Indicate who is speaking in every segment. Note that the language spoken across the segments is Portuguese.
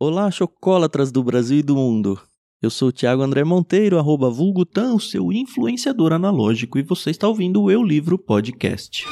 Speaker 1: Olá, chocolatras do Brasil e do mundo. Eu sou o Thiago André Monteiro, arroba vulgutan, seu influenciador analógico, e você está ouvindo o Eu Livro Podcast.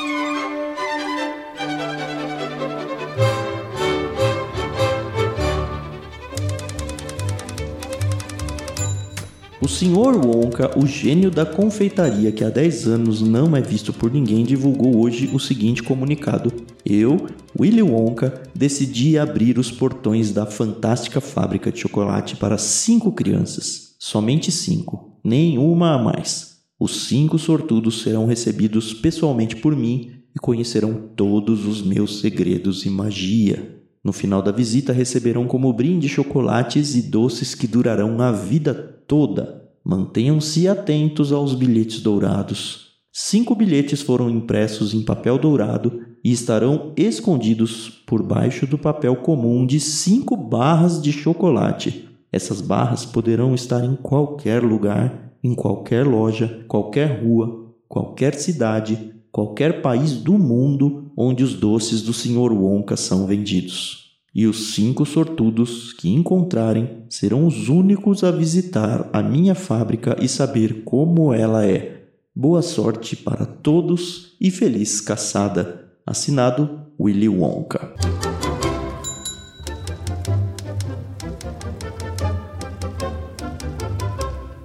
Speaker 1: O Sr. Wonka, o gênio da confeitaria que há 10 anos não é visto por ninguém, divulgou hoje o seguinte comunicado: Eu, Willy Wonka, decidi abrir os portões da fantástica fábrica de chocolate para cinco crianças. Somente cinco, nenhuma a mais. Os cinco sortudos serão recebidos pessoalmente por mim e conhecerão todos os meus segredos e magia. No final da visita receberão como brinde chocolates e doces que durarão a vida toda. Mantenham-se atentos aos bilhetes dourados. Cinco bilhetes foram impressos em papel dourado e estarão escondidos por baixo do papel comum de cinco barras de chocolate. Essas barras poderão estar em qualquer lugar, em qualquer loja, qualquer rua, qualquer cidade, qualquer país do mundo onde os doces do Sr. Wonka são vendidos. E os cinco sortudos que encontrarem serão os únicos a visitar a minha fábrica e saber como ela é. Boa sorte para todos e feliz caçada. Assinado Willy Wonka.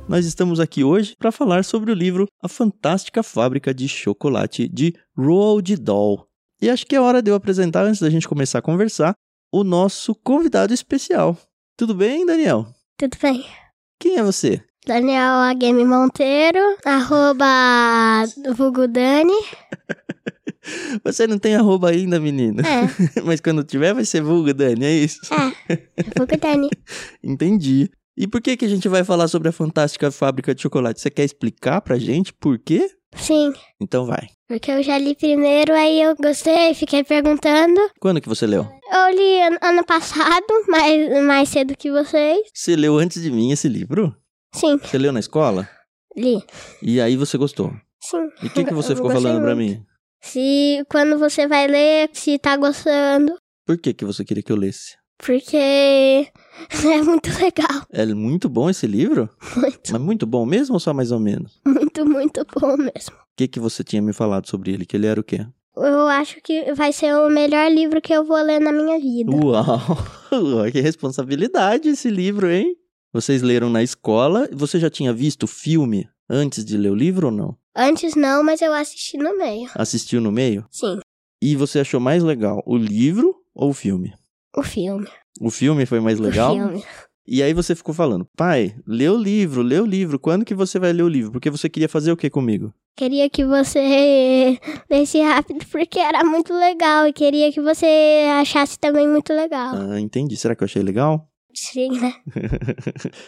Speaker 1: nós estamos aqui hoje para falar sobre o livro A Fantástica Fábrica de Chocolate de Roald Dahl. E acho que é hora de eu apresentar, antes da gente começar a conversar, o nosso convidado especial. Tudo bem, Daniel?
Speaker 2: Tudo bem.
Speaker 1: Quem é você?
Speaker 2: Daniel Agame Monteiro, arroba Vugudani.
Speaker 1: Você não tem arroba ainda, menina.
Speaker 2: É,
Speaker 1: Mas quando tiver, vai ser vulgo, Dani, é isso?
Speaker 2: Vugudani.
Speaker 1: Entendi. E por que, que a gente vai falar sobre a fantástica fábrica de chocolate? Você quer explicar pra gente por quê?
Speaker 2: Sim,
Speaker 1: Então vai.
Speaker 2: porque eu já li primeiro, aí eu gostei, fiquei perguntando.
Speaker 1: Quando que você leu?
Speaker 2: Eu li an- ano passado, mais, mais cedo que vocês.
Speaker 1: Você leu antes de mim esse livro?
Speaker 2: Sim,
Speaker 1: Você leu na escola?
Speaker 2: li.
Speaker 1: E aí você gostou?
Speaker 2: Sim.
Speaker 1: E o que, que você
Speaker 2: Eu
Speaker 1: ficou
Speaker 2: gostei
Speaker 1: falando pra
Speaker 2: muito.
Speaker 1: mim?
Speaker 2: Se quando você vai ler, se tá gostando.
Speaker 1: Por que, que você queria que eu lesse?
Speaker 2: Porque é muito legal.
Speaker 1: É muito bom esse livro?
Speaker 2: Muito,
Speaker 1: Mas muito bom mesmo ou só mais ou menos? O
Speaker 2: muito, muito bom mesmo.
Speaker 1: que, que você tinha me falado sobre ele? Que ele era o quê?
Speaker 2: Eu acho que vai ser o melhor livro que eu vou ler na minha vida.
Speaker 1: Uau! que responsabilidade esse livro, hein? Vocês leram na escola. Você já tinha visto o filme antes de ler o livro ou não?
Speaker 2: Antes não, mas eu assisti no meio.
Speaker 1: Assistiu no meio?
Speaker 2: Sim,
Speaker 1: E você achou mais legal o livro ou o filme?
Speaker 2: o filme.
Speaker 1: O filme foi mais legal?
Speaker 2: O filme.
Speaker 1: E aí você ficou falando, pai, lê o livro, lê o livro. Quando que você vai ler o livro? Porque você queria fazer o que comigo?
Speaker 2: Queria que você lesse rápido porque era muito legal. E queria que você achasse também muito legal.
Speaker 1: Ah, entendi. Será que eu achei legal?
Speaker 2: Sim, né?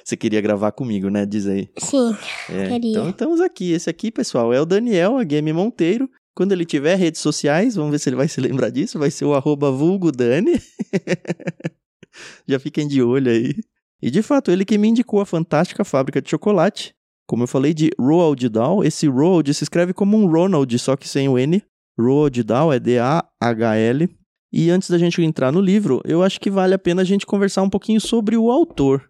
Speaker 1: Você queria gravar comigo, né? Diz aí.
Speaker 2: Sim.
Speaker 1: É,
Speaker 2: Queria.
Speaker 1: Então estamos aqui. Esse aqui, pessoal, é o Daniel, a Game Monteiro. Quando ele tiver redes sociais, vamos ver se ele vai se lembrar disso. Vai ser o arroba vulgo Dani. Já fiquem de olho aí. E de fato, ele que me indicou a fantástica fábrica de chocolate. Como eu falei de Roald Dahl, esse Roald se escreve como um Ronald, só que sem o N. Roald Dahl é D-A-H-L. E antes da gente entrar no livro, eu acho que vale a pena a gente conversar um pouquinho sobre o autor.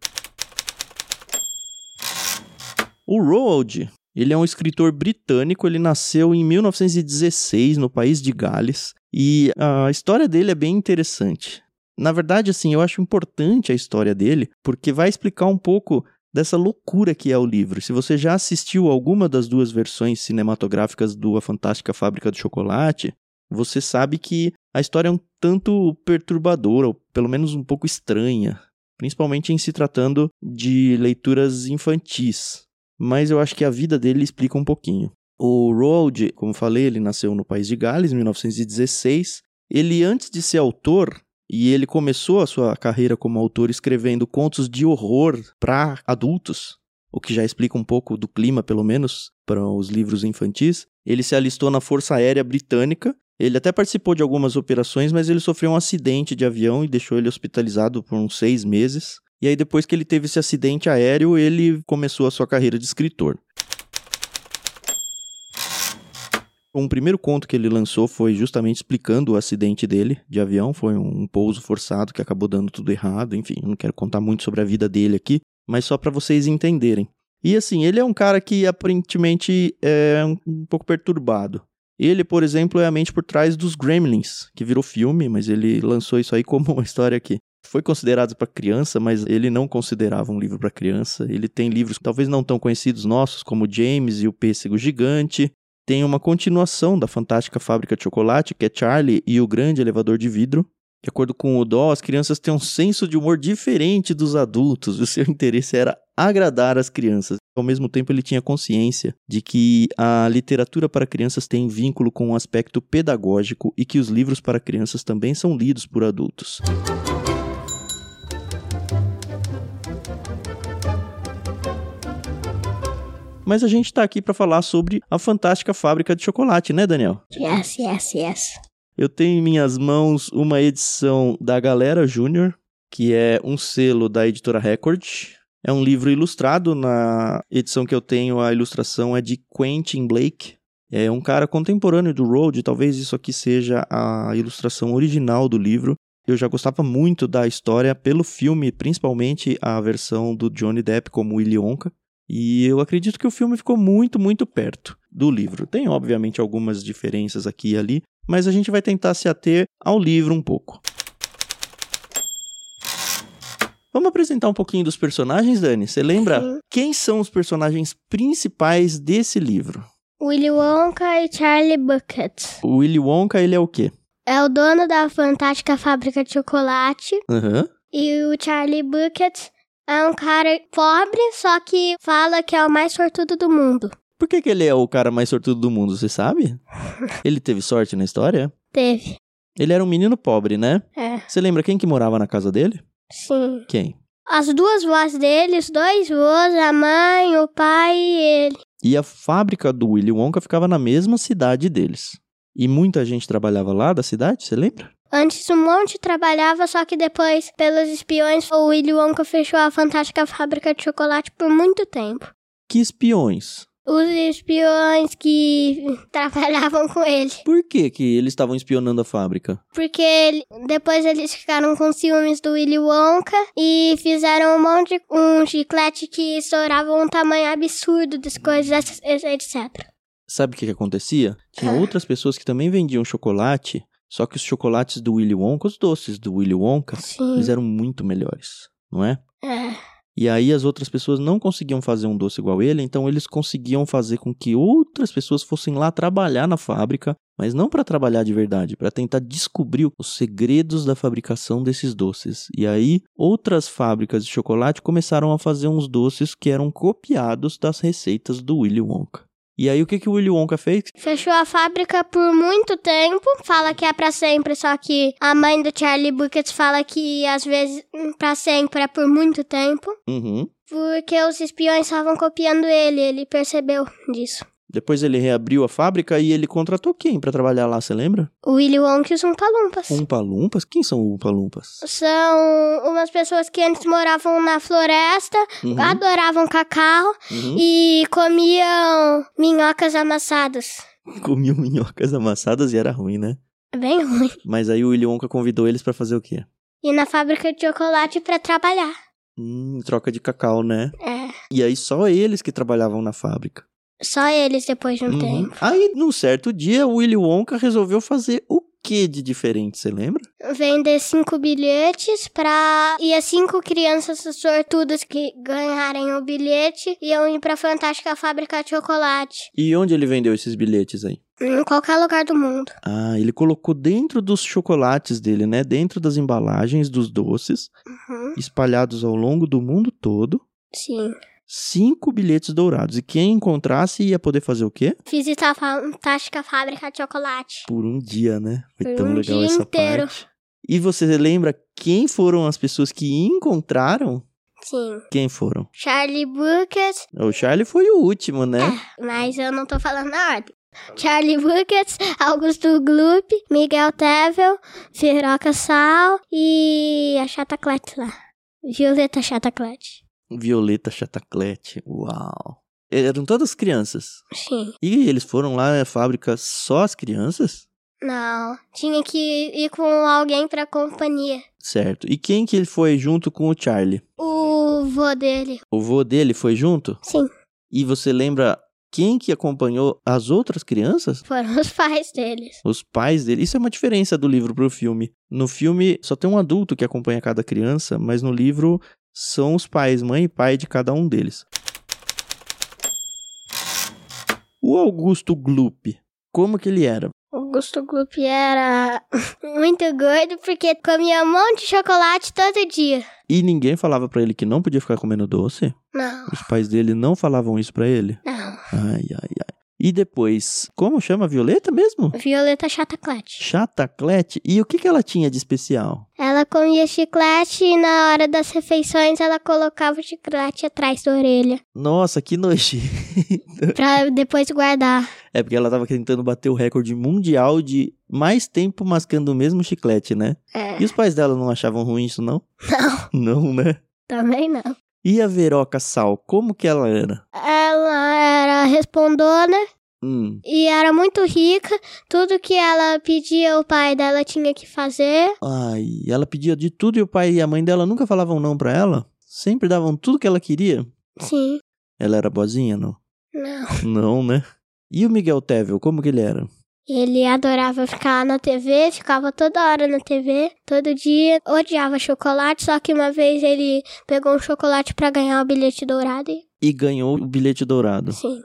Speaker 1: O Roald, ele é um escritor britânico, ele nasceu em 1916 no país de Gales e a história dele é bem interessante. Na verdade, assim, eu acho importante a história dele porque vai explicar um pouco dessa loucura que é o livro. Se você já assistiu alguma das duas versões cinematográficas do A Fantástica Fábrica do Chocolate, você sabe que a história é um tanto perturbadora, ou pelo menos um pouco estranha, principalmente em se tratando de leituras infantis mas eu acho que a vida dele explica um pouquinho. O Roald, como falei, ele nasceu no país de Gales, em 1916. Ele, antes de ser autor, e ele começou a sua carreira como autor escrevendo contos de horror para adultos, o que já explica um pouco do clima, pelo menos, para os livros infantis. Ele se alistou na Força Aérea Britânica. Ele até participou de algumas operações, mas ele sofreu um acidente de avião e deixou ele hospitalizado por uns seis meses. E aí, depois que ele teve esse acidente aéreo, ele começou a sua carreira de escritor. Um primeiro conto que ele lançou foi justamente explicando o acidente dele de avião. Foi um pouso forçado que acabou dando tudo errado. Enfim, eu não quero contar muito sobre a vida dele aqui, mas só para vocês entenderem. E assim, ele é um cara que aparentemente é um, um pouco perturbado. Ele, por exemplo, é a mente por trás dos Gremlins, que virou filme, mas ele lançou isso aí como uma história aqui foi considerado para criança, mas ele não considerava um livro para criança. Ele tem livros talvez não tão conhecidos nossos, como James e o Pêssego Gigante. Tem uma continuação da Fantástica Fábrica de Chocolate, que é Charlie e o Grande Elevador de Vidro. De acordo com o Dó, as crianças têm um senso de humor diferente dos adultos. O seu interesse era agradar as crianças. Ao mesmo tempo, ele tinha consciência de que a literatura para crianças tem vínculo com o um aspecto pedagógico e que os livros para crianças também são lidos por adultos. mas a gente está aqui para falar sobre a fantástica fábrica de chocolate, né, Daniel?
Speaker 2: Yes, yes, yes.
Speaker 1: Eu tenho em minhas mãos uma edição da Galera Júnior, que é um selo da editora Record. É um livro ilustrado. Na edição que eu tenho, a ilustração é de Quentin Blake. É um cara contemporâneo do Road, talvez isso aqui seja a ilustração original do livro. Eu já gostava muito da história pelo filme, principalmente a versão do Johnny Depp como Willy Wonka. E eu acredito que o filme ficou muito, muito perto do livro. Tem, obviamente, algumas diferenças aqui e ali, mas a gente vai tentar se ater ao livro um pouco. Vamos apresentar um pouquinho dos personagens, Dani? Você lembra
Speaker 2: Sim.
Speaker 1: quem são os personagens principais desse livro?
Speaker 2: Willy Wonka e Charlie Bucket.
Speaker 1: O Willy Wonka, ele é o quê?
Speaker 2: É o dono da fantástica fábrica de chocolate.
Speaker 1: Aham.
Speaker 2: E o Charlie Bucket é um cara pobre, só que fala que é o mais sortudo do mundo.
Speaker 1: Por que, que ele é o cara mais sortudo do mundo, você sabe? ele teve sorte na história?
Speaker 2: Teve.
Speaker 1: Ele era um menino pobre, né?
Speaker 2: É.
Speaker 1: Você lembra quem que morava na casa dele?
Speaker 2: Sim.
Speaker 1: Quem?
Speaker 2: As duas vós dele, os dois vós, a mãe, o pai e ele.
Speaker 1: E a fábrica do Willy Wonka ficava na mesma cidade deles. E muita gente trabalhava lá da cidade, você lembra?
Speaker 2: Antes um monte trabalhava, só que depois, pelos espiões, o Willy Wonka fechou a fantástica fábrica de chocolate por muito tempo.
Speaker 1: Que espiões.
Speaker 2: Os espiões que trabalhavam com ele.
Speaker 1: Por que, que eles estavam espionando a fábrica?
Speaker 2: Porque ele- depois eles ficaram com ciúmes do Willy Wonka e fizeram um monte de um chiclete que estourava um tamanho absurdo das coisas, etc.
Speaker 1: Sabe o que, que acontecia? Tinha outras pessoas que também vendiam chocolate, só que os chocolates do Willy Wonka, os doces do Willy Wonka,
Speaker 2: Sim.
Speaker 1: eles eram muito melhores, não é?
Speaker 2: É.
Speaker 1: E aí as outras pessoas não conseguiam fazer um doce igual ele, então eles conseguiam fazer com que outras pessoas fossem lá trabalhar na fábrica, mas não para trabalhar de verdade, para tentar descobrir os segredos da fabricação desses doces. E aí outras fábricas de chocolate começaram a fazer uns doces que eram copiados das receitas do Willy Wonka. E aí o que que o Willy Wonka fez?
Speaker 2: Fechou a fábrica por muito tempo. Fala que é pra sempre, só que a mãe do Charlie Bucket fala que às vezes hum, pra sempre é por muito tempo.
Speaker 1: Uhum.
Speaker 2: Porque os espiões estavam copiando ele, ele percebeu disso.
Speaker 1: Depois ele reabriu a fábrica e ele contratou quem para trabalhar lá, você lembra?
Speaker 2: O Willy Wonka e os Umpalumpas.
Speaker 1: Umpa Lumpas? Quem são Umpa Lumpas?
Speaker 2: São umas pessoas que antes moravam na floresta,
Speaker 1: Uhum,
Speaker 2: adoravam cacau
Speaker 1: uhum.
Speaker 2: e comiam minhocas amassadas.
Speaker 1: Comiam minhocas amassadas e era ruim, né?
Speaker 2: É bem ruim.
Speaker 1: Mas aí o Willy Wonka convidou eles pra fazer o quê?
Speaker 2: E na fábrica de chocolate pra trabalhar.
Speaker 1: Hum, troca de cacau, né?
Speaker 2: É,
Speaker 1: E aí só eles que trabalhavam na fábrica.
Speaker 2: só eles depois de um
Speaker 1: Uhum.
Speaker 2: tempo.
Speaker 1: Aí, num certo dia, o Willy Wonka resolveu fazer o que de diferente, você lembra?
Speaker 2: Vender cinco bilhetes pra. E as cinco crianças sortudas que ganharem o bilhete iam ir pra fantástica fábrica de chocolate.
Speaker 1: E onde ele vendeu esses bilhetes aí?
Speaker 2: Em qualquer lugar do mundo.
Speaker 1: Ah, ele colocou dentro dos chocolates dele, né? Dentro das embalagens dos doces,
Speaker 2: Uhum.
Speaker 1: espalhados ao longo do mundo todo,
Speaker 2: Sim.
Speaker 1: cinco bilhetes dourados. E quem encontrasse ia poder fazer o quê?
Speaker 2: Visitar a fantástica fábrica de chocolate.
Speaker 1: Por um dia, né? Foi
Speaker 2: Por
Speaker 1: tão
Speaker 2: um
Speaker 1: legal
Speaker 2: dia
Speaker 1: essa
Speaker 2: inteiro.
Speaker 1: parte. E você lembra quem foram as pessoas que encontraram?
Speaker 2: Sim.
Speaker 1: Quem foram?
Speaker 2: Charlie Bucket,
Speaker 1: O Charlie foi o último, né?
Speaker 2: É. mas eu não tô falando na ordem. Charlie Bucket, Augusto Gloop, Miguel Tevel, Feroca Sal e a Chata Clete lá. Violeta Chata Clete.
Speaker 1: Violeta Chataclete. Uau. Eram todas crianças.
Speaker 2: Sim.
Speaker 1: E eles foram lá na fábrica só as crianças?
Speaker 2: Não. Tinha que ir com alguém pra companhia.
Speaker 1: Certo. E quem que ele foi junto com o Charlie?
Speaker 2: O vô dele.
Speaker 1: O vô dele foi junto?
Speaker 2: Sim.
Speaker 1: E você lembra quem que acompanhou as outras crianças?
Speaker 2: Foram os pais deles.
Speaker 1: Os pais dele. Isso é uma diferença do livro pro filme. No filme só tem um adulto que acompanha cada criança, mas no livro são os pais, mãe e pai de cada um deles. O Augusto Gloop, como que ele era?
Speaker 2: O Gusto Gloop era muito gordo porque comia um monte de chocolate todo dia.
Speaker 1: E ninguém falava pra ele que não podia ficar comendo doce?
Speaker 2: Não,
Speaker 1: Os pais dele não falavam isso pra ele?
Speaker 2: não.
Speaker 1: Ai, ai, ai. E depois, como chama a Violeta mesmo?
Speaker 2: Violeta Chataclete.
Speaker 1: Chataclete. E o que, que ela tinha de especial?
Speaker 2: Ela comia chiclete e na hora das refeições ela colocava o chiclete atrás da orelha
Speaker 1: Nossa, que nojento.
Speaker 2: pra depois guardar.
Speaker 1: É porque ela tava tentando bater o recorde mundial de mais tempo mascando o mesmo chiclete, né?
Speaker 2: É,
Speaker 1: E os pais dela não achavam ruim isso, não?
Speaker 2: não,
Speaker 1: Não, né?
Speaker 2: também não.
Speaker 1: E a Veroca Sal, como que ela era?
Speaker 2: Ela era respondona
Speaker 1: Hum,
Speaker 2: e era muito rica. Tudo que ela pedia o pai dela tinha que fazer.
Speaker 1: ai, ela pedia de tudo e o pai e a mãe dela nunca falavam não pra ela? Sempre davam tudo que ela queria?
Speaker 2: Sim,
Speaker 1: Ela era boazinha, não?
Speaker 2: não.
Speaker 1: Não, né? E o Miguel Tevil, como que ele era?
Speaker 2: Ele adorava ficar na TV, ficava toda hora na TV, todo dia. Odiava chocolate, só que uma vez ele pegou um chocolate pra ganhar o bilhete dourado. E...
Speaker 1: e ganhou o bilhete dourado.
Speaker 2: Sim,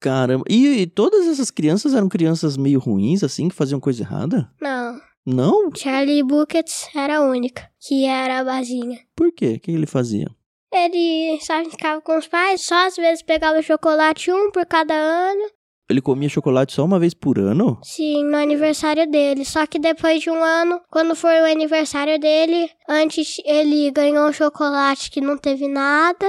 Speaker 1: Caramba. E, e todas essas crianças eram crianças meio ruins, assim, que faziam coisa errada?
Speaker 2: não.
Speaker 1: Não?
Speaker 2: Charlie Buckets era a única, que era a bazinha.
Speaker 1: Por quê? O que ele fazia?
Speaker 2: Ele só ficava com os pais, só às vezes pegava chocolate um por cada ano,
Speaker 1: Ele comia chocolate só uma vez por ano?
Speaker 2: sim, no aniversário dele. Só que depois de um ano, quando foi o aniversário dele, antes ele ganhou um chocolate que não teve nada,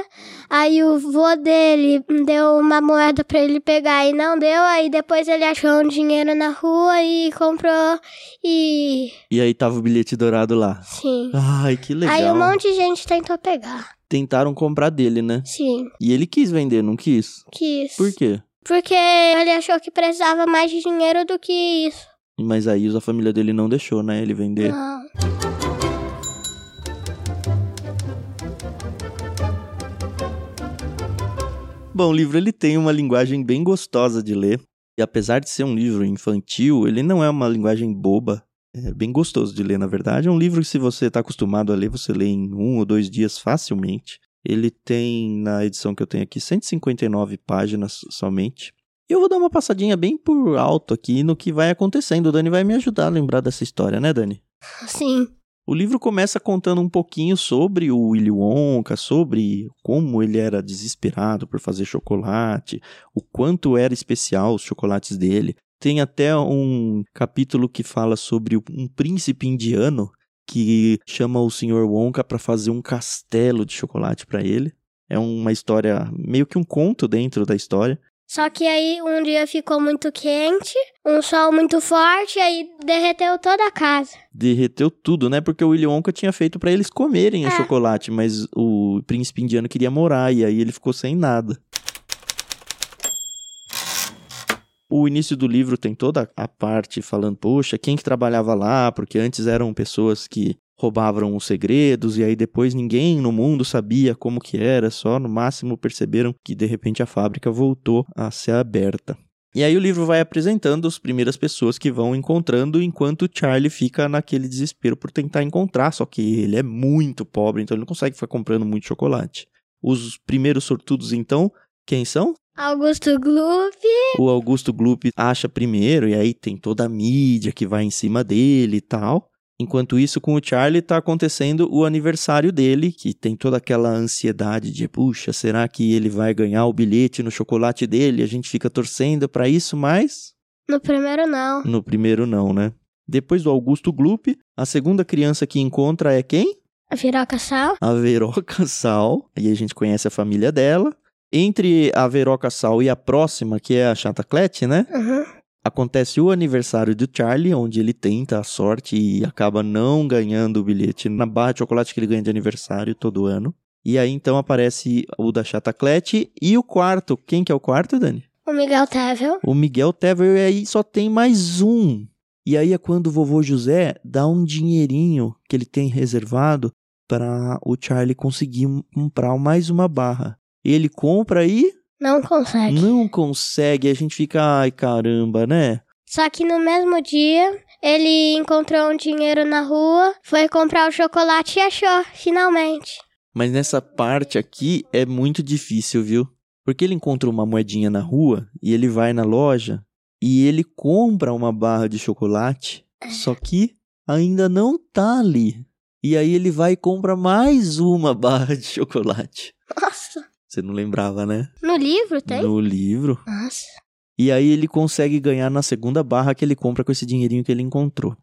Speaker 2: aí o vô dele deu uma moeda pra ele pegar e não deu, aí depois ele achou um dinheiro na rua e comprou e...
Speaker 1: E aí tava o bilhete dourado lá.
Speaker 2: sim.
Speaker 1: Ai, que legal.
Speaker 2: Aí um monte de gente tentou pegar.
Speaker 1: Tentaram comprar dele, né?
Speaker 2: Sim,
Speaker 1: E ele quis vender, não quis?
Speaker 2: quis.
Speaker 1: Por quê?
Speaker 2: Porque ele achou que precisava mais de dinheiro do que isso.
Speaker 1: Mas aí a família dele não deixou, né? Ele vender.
Speaker 2: Não.
Speaker 1: Bom, o livro ele tem uma linguagem bem gostosa de ler. E apesar de ser um livro infantil, ele não é uma linguagem boba. É bem gostoso de ler, na verdade. É um livro que, se você está acostumado a ler, você lê em um ou dois dias facilmente. Ele tem, na edição que eu tenho aqui, 159 páginas somente. E eu vou dar uma passadinha bem por alto aqui no que vai acontecendo. O Dani vai me ajudar a lembrar dessa história, né, Dani?
Speaker 2: Sim.
Speaker 1: O livro começa contando um pouquinho sobre o Willy Wonka, sobre como ele era desesperado por fazer chocolate, o quanto era especial os chocolates dele. Tem até um capítulo que fala sobre um príncipe indiano que chama o Sr. Wonka para fazer um castelo de chocolate para ele. É uma história, meio que um conto dentro da história.
Speaker 2: Só que aí um dia ficou muito quente, um sol muito forte, aí derreteu toda a casa.
Speaker 1: derreteu tudo, né? Porque o Willy Wonka tinha feito pra eles comerem o
Speaker 2: É.
Speaker 1: chocolate, mas o príncipe indiano queria morar e aí ele ficou sem nada. O início do livro tem toda a parte falando, poxa, quem que trabalhava lá? Porque antes eram pessoas que roubavam os segredos e aí depois ninguém no mundo sabia como que era, só no máximo perceberam que de repente a fábrica voltou a ser aberta. E aí o livro vai apresentando as primeiras pessoas que vão encontrando, enquanto o Charlie fica naquele desespero por tentar encontrar, só que ele é muito pobre, então ele não consegue ficar comprando muito chocolate. Os primeiros sortudos, então, quem são?
Speaker 2: Augusto Gloop,
Speaker 1: O Augusto Gloop acha primeiro, e aí tem toda a mídia que vai em cima dele e tal. Enquanto isso, com o Charlie tá acontecendo o aniversário dele, que tem toda aquela ansiedade de, puxa, será que ele vai ganhar o bilhete no chocolate dele? A gente fica torcendo pra isso, mas
Speaker 2: no primeiro não.
Speaker 1: no primeiro não, né? Depois do Augusto Gloop, a segunda criança que encontra é quem?
Speaker 2: A Viroca Sal,
Speaker 1: A Veroca Sal. E a gente conhece a família dela. Entre a Veroca Sal e a próxima, que é a Chataclete, né?
Speaker 2: uhum.
Speaker 1: Acontece o aniversário do Charlie, onde ele tenta a sorte e acaba não ganhando o bilhete na barra de chocolate que ele ganha de aniversário todo ano. E aí então aparece o da Chataclete. E o quarto, quem que é o quarto, Dani?
Speaker 2: O Miguel Tevel.
Speaker 1: O Miguel Tever, e aí só tem mais um. E aí é quando o vovô José dá um dinheirinho que ele tem reservado para o Charlie conseguir um, comprar mais uma barra. Ele compra e
Speaker 2: Não consegue.
Speaker 1: não consegue. A gente fica, ai caramba, né?
Speaker 2: Só que no mesmo dia, ele encontrou um dinheiro na rua, foi comprar o chocolate e achou, finalmente.
Speaker 1: Mas nessa parte aqui é muito difícil, viu? Porque ele encontra uma moedinha na rua e ele vai na loja e ele compra uma barra de chocolate, só que ainda não tá ali. E aí ele vai e compra mais uma barra de chocolate.
Speaker 2: Nossa.
Speaker 1: Você não lembrava, né?
Speaker 2: No livro tem?
Speaker 1: No livro.
Speaker 2: Nossa.
Speaker 1: E aí ele consegue ganhar na segunda barra que ele compra com esse dinheirinho que ele encontrou.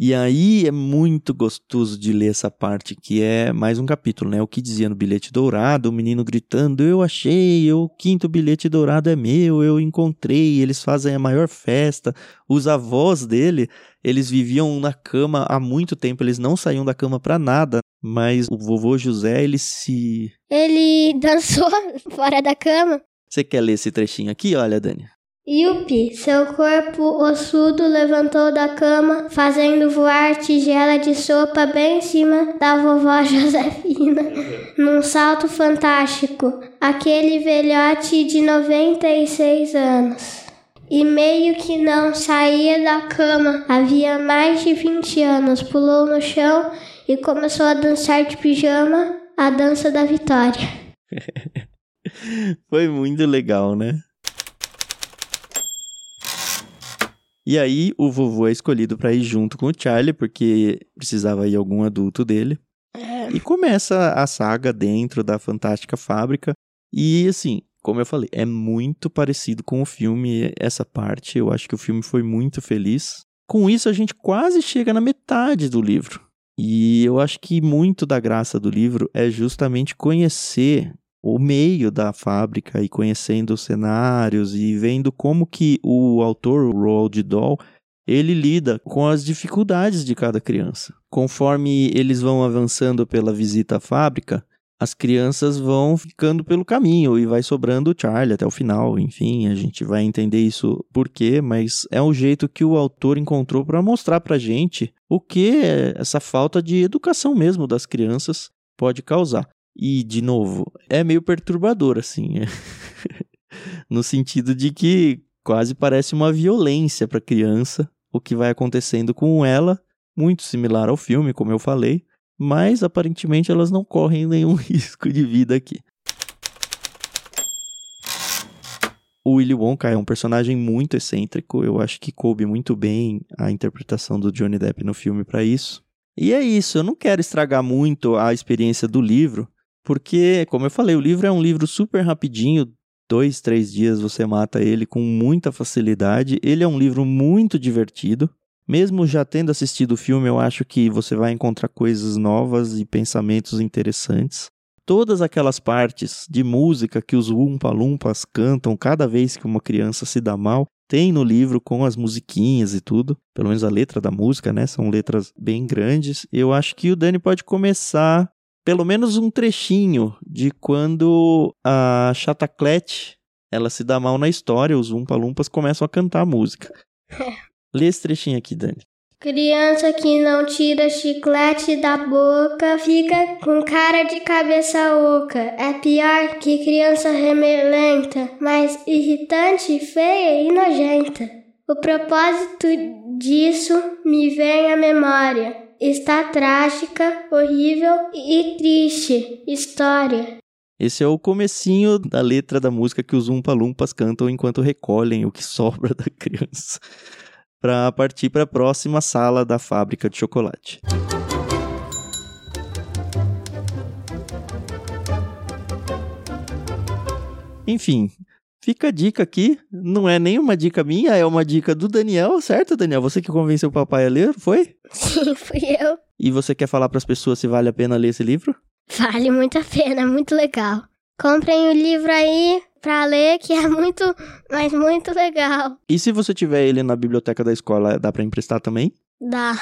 Speaker 1: E aí é muito gostoso de ler essa parte, que é mais um capítulo, né? O que dizia no bilhete dourado, o menino gritando, eu achei, o quinto bilhete dourado é meu, eu encontrei, eles fazem a maior festa. Os avós dele, eles viviam na cama há muito tempo, eles não saíam da cama pra nada, mas o vovô José, ele se
Speaker 2: Ele dançou fora da cama.
Speaker 1: você quer ler esse trechinho aqui? Olha, Dani.
Speaker 2: Yupi, seu corpo ossudo levantou da cama, fazendo voar tigela de sopa bem em cima da vovó Josefina, num salto fantástico, aquele velhote de 96 anos. E meio que não saía da cama, havia mais de 20 anos, pulou no chão e começou a dançar de pijama, a dança da vitória.
Speaker 1: Foi muito legal, né? E aí, o vovô é escolhido pra ir junto com o Charlie, porque precisava ir algum adulto dele. E começa a saga dentro da Fantástica Fábrica. E assim, como eu falei, é muito parecido com o filme essa parte. Eu acho que o filme foi muito feliz. Com isso, a gente quase chega na metade do livro. E eu acho que muito da graça do livro é justamente conhecer o meio da fábrica e conhecendo os cenários e vendo como que o autor, o Roald Dahl, ele lida com as dificuldades de cada criança. Conforme eles vão avançando pela visita à fábrica, as crianças vão ficando pelo caminho e vai sobrando o Charlie até o final. Enfim, a gente vai entender isso por quê, mas é um jeito que o autor encontrou para mostrar pra gente o que essa falta de educação mesmo das crianças pode causar. E, de novo, é meio perturbador, assim. no sentido de que quase parece uma violência para criança o que vai acontecendo com ela, muito similar ao filme, como eu falei, mas aparentemente elas não correm nenhum risco de vida aqui. O Willy Wonka é um personagem muito excêntrico, eu acho que coube muito bem a interpretação do Johnny Depp no filme para isso. E é isso, eu não quero estragar muito a experiência do livro, porque, como eu falei, o livro é um livro super rapidinho. Dois, três dias você mata ele com muita facilidade. Ele é um livro muito divertido. Mesmo já tendo assistido o filme, eu acho que você vai encontrar coisas novas e pensamentos interessantes. Todas aquelas partes de música que os Oompa Loompas cantam cada vez que uma criança se dá mal, tem no livro com as musiquinhas e tudo. Pelo menos a letra da música, né? São letras bem grandes. Eu acho que o Dani pode começar pelo menos um trechinho de quando a Chataclete ela se dá mal na história, os Umpa Lumpas começam a cantar a música. Lê esse trechinho aqui, Dani.
Speaker 2: Criança que não tira chiclete da boca fica com cara de cabeça oca. É pior que criança remelenta, mas irritante, feia e nojenta. O propósito disso me vem à memória. Está trágica, horrível e triste. História.
Speaker 1: Esse é o comecinho da letra da música que os Umpa Lumpas cantam enquanto recolhem o que sobra da criança para partir para a próxima sala da fábrica de chocolate. Enfim, fica a dica aqui. Não é nenhuma dica minha, é uma dica do Daniel, certo, Daniel? Você que convenceu o papai a ler, foi?
Speaker 2: Sim, fui eu.
Speaker 1: E você quer falar para as pessoas se vale a pena ler esse livro?
Speaker 2: Vale muito a pena, é muito legal. Comprem o livro aí pra ler, que é muito, mas muito legal.
Speaker 1: E se você tiver ele na biblioteca da escola, dá para emprestar também?
Speaker 2: Dá,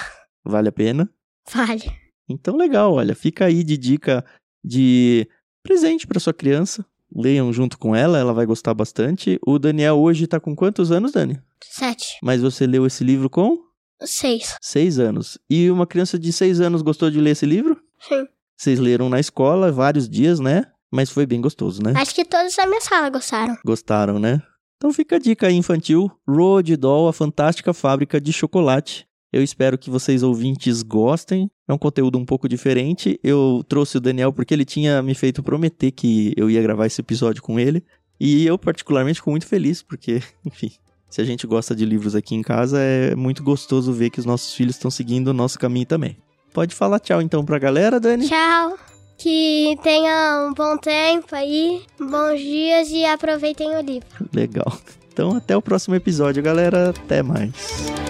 Speaker 1: Vale a pena?
Speaker 2: vale.
Speaker 1: Então, legal, olha, fica aí de dica de presente para sua criança. Leiam junto com ela, ela vai gostar bastante. O Daniel hoje tá com quantos anos, Dani?
Speaker 2: Sete.
Speaker 1: Mas você leu esse livro com
Speaker 2: Seis.
Speaker 1: seis anos. E uma criança de seis anos gostou de ler esse livro?
Speaker 2: Sim.
Speaker 1: Vocês leram na escola vários dias, né? Mas foi bem gostoso, né?
Speaker 2: Acho que todos da minha sala gostaram.
Speaker 1: Gostaram, né? Então fica a dica aí infantil: Road Doll, a fantástica fábrica de chocolate. Eu espero que vocês ouvintes gostem. É um conteúdo um pouco diferente. Eu trouxe o Daniel porque ele tinha me feito prometer que eu ia gravar esse episódio com ele. E eu, particularmente, fico muito feliz, porque, enfim, se a gente gosta de livros aqui em casa, é muito gostoso ver que os nossos filhos estão seguindo o nosso caminho também. Pode falar tchau então pra galera, Dani.
Speaker 2: Tchau. Que tenham um bom tempo aí, bons dias e aproveitem o livro.
Speaker 1: Legal. Então, até o próximo episódio, galera. Até mais.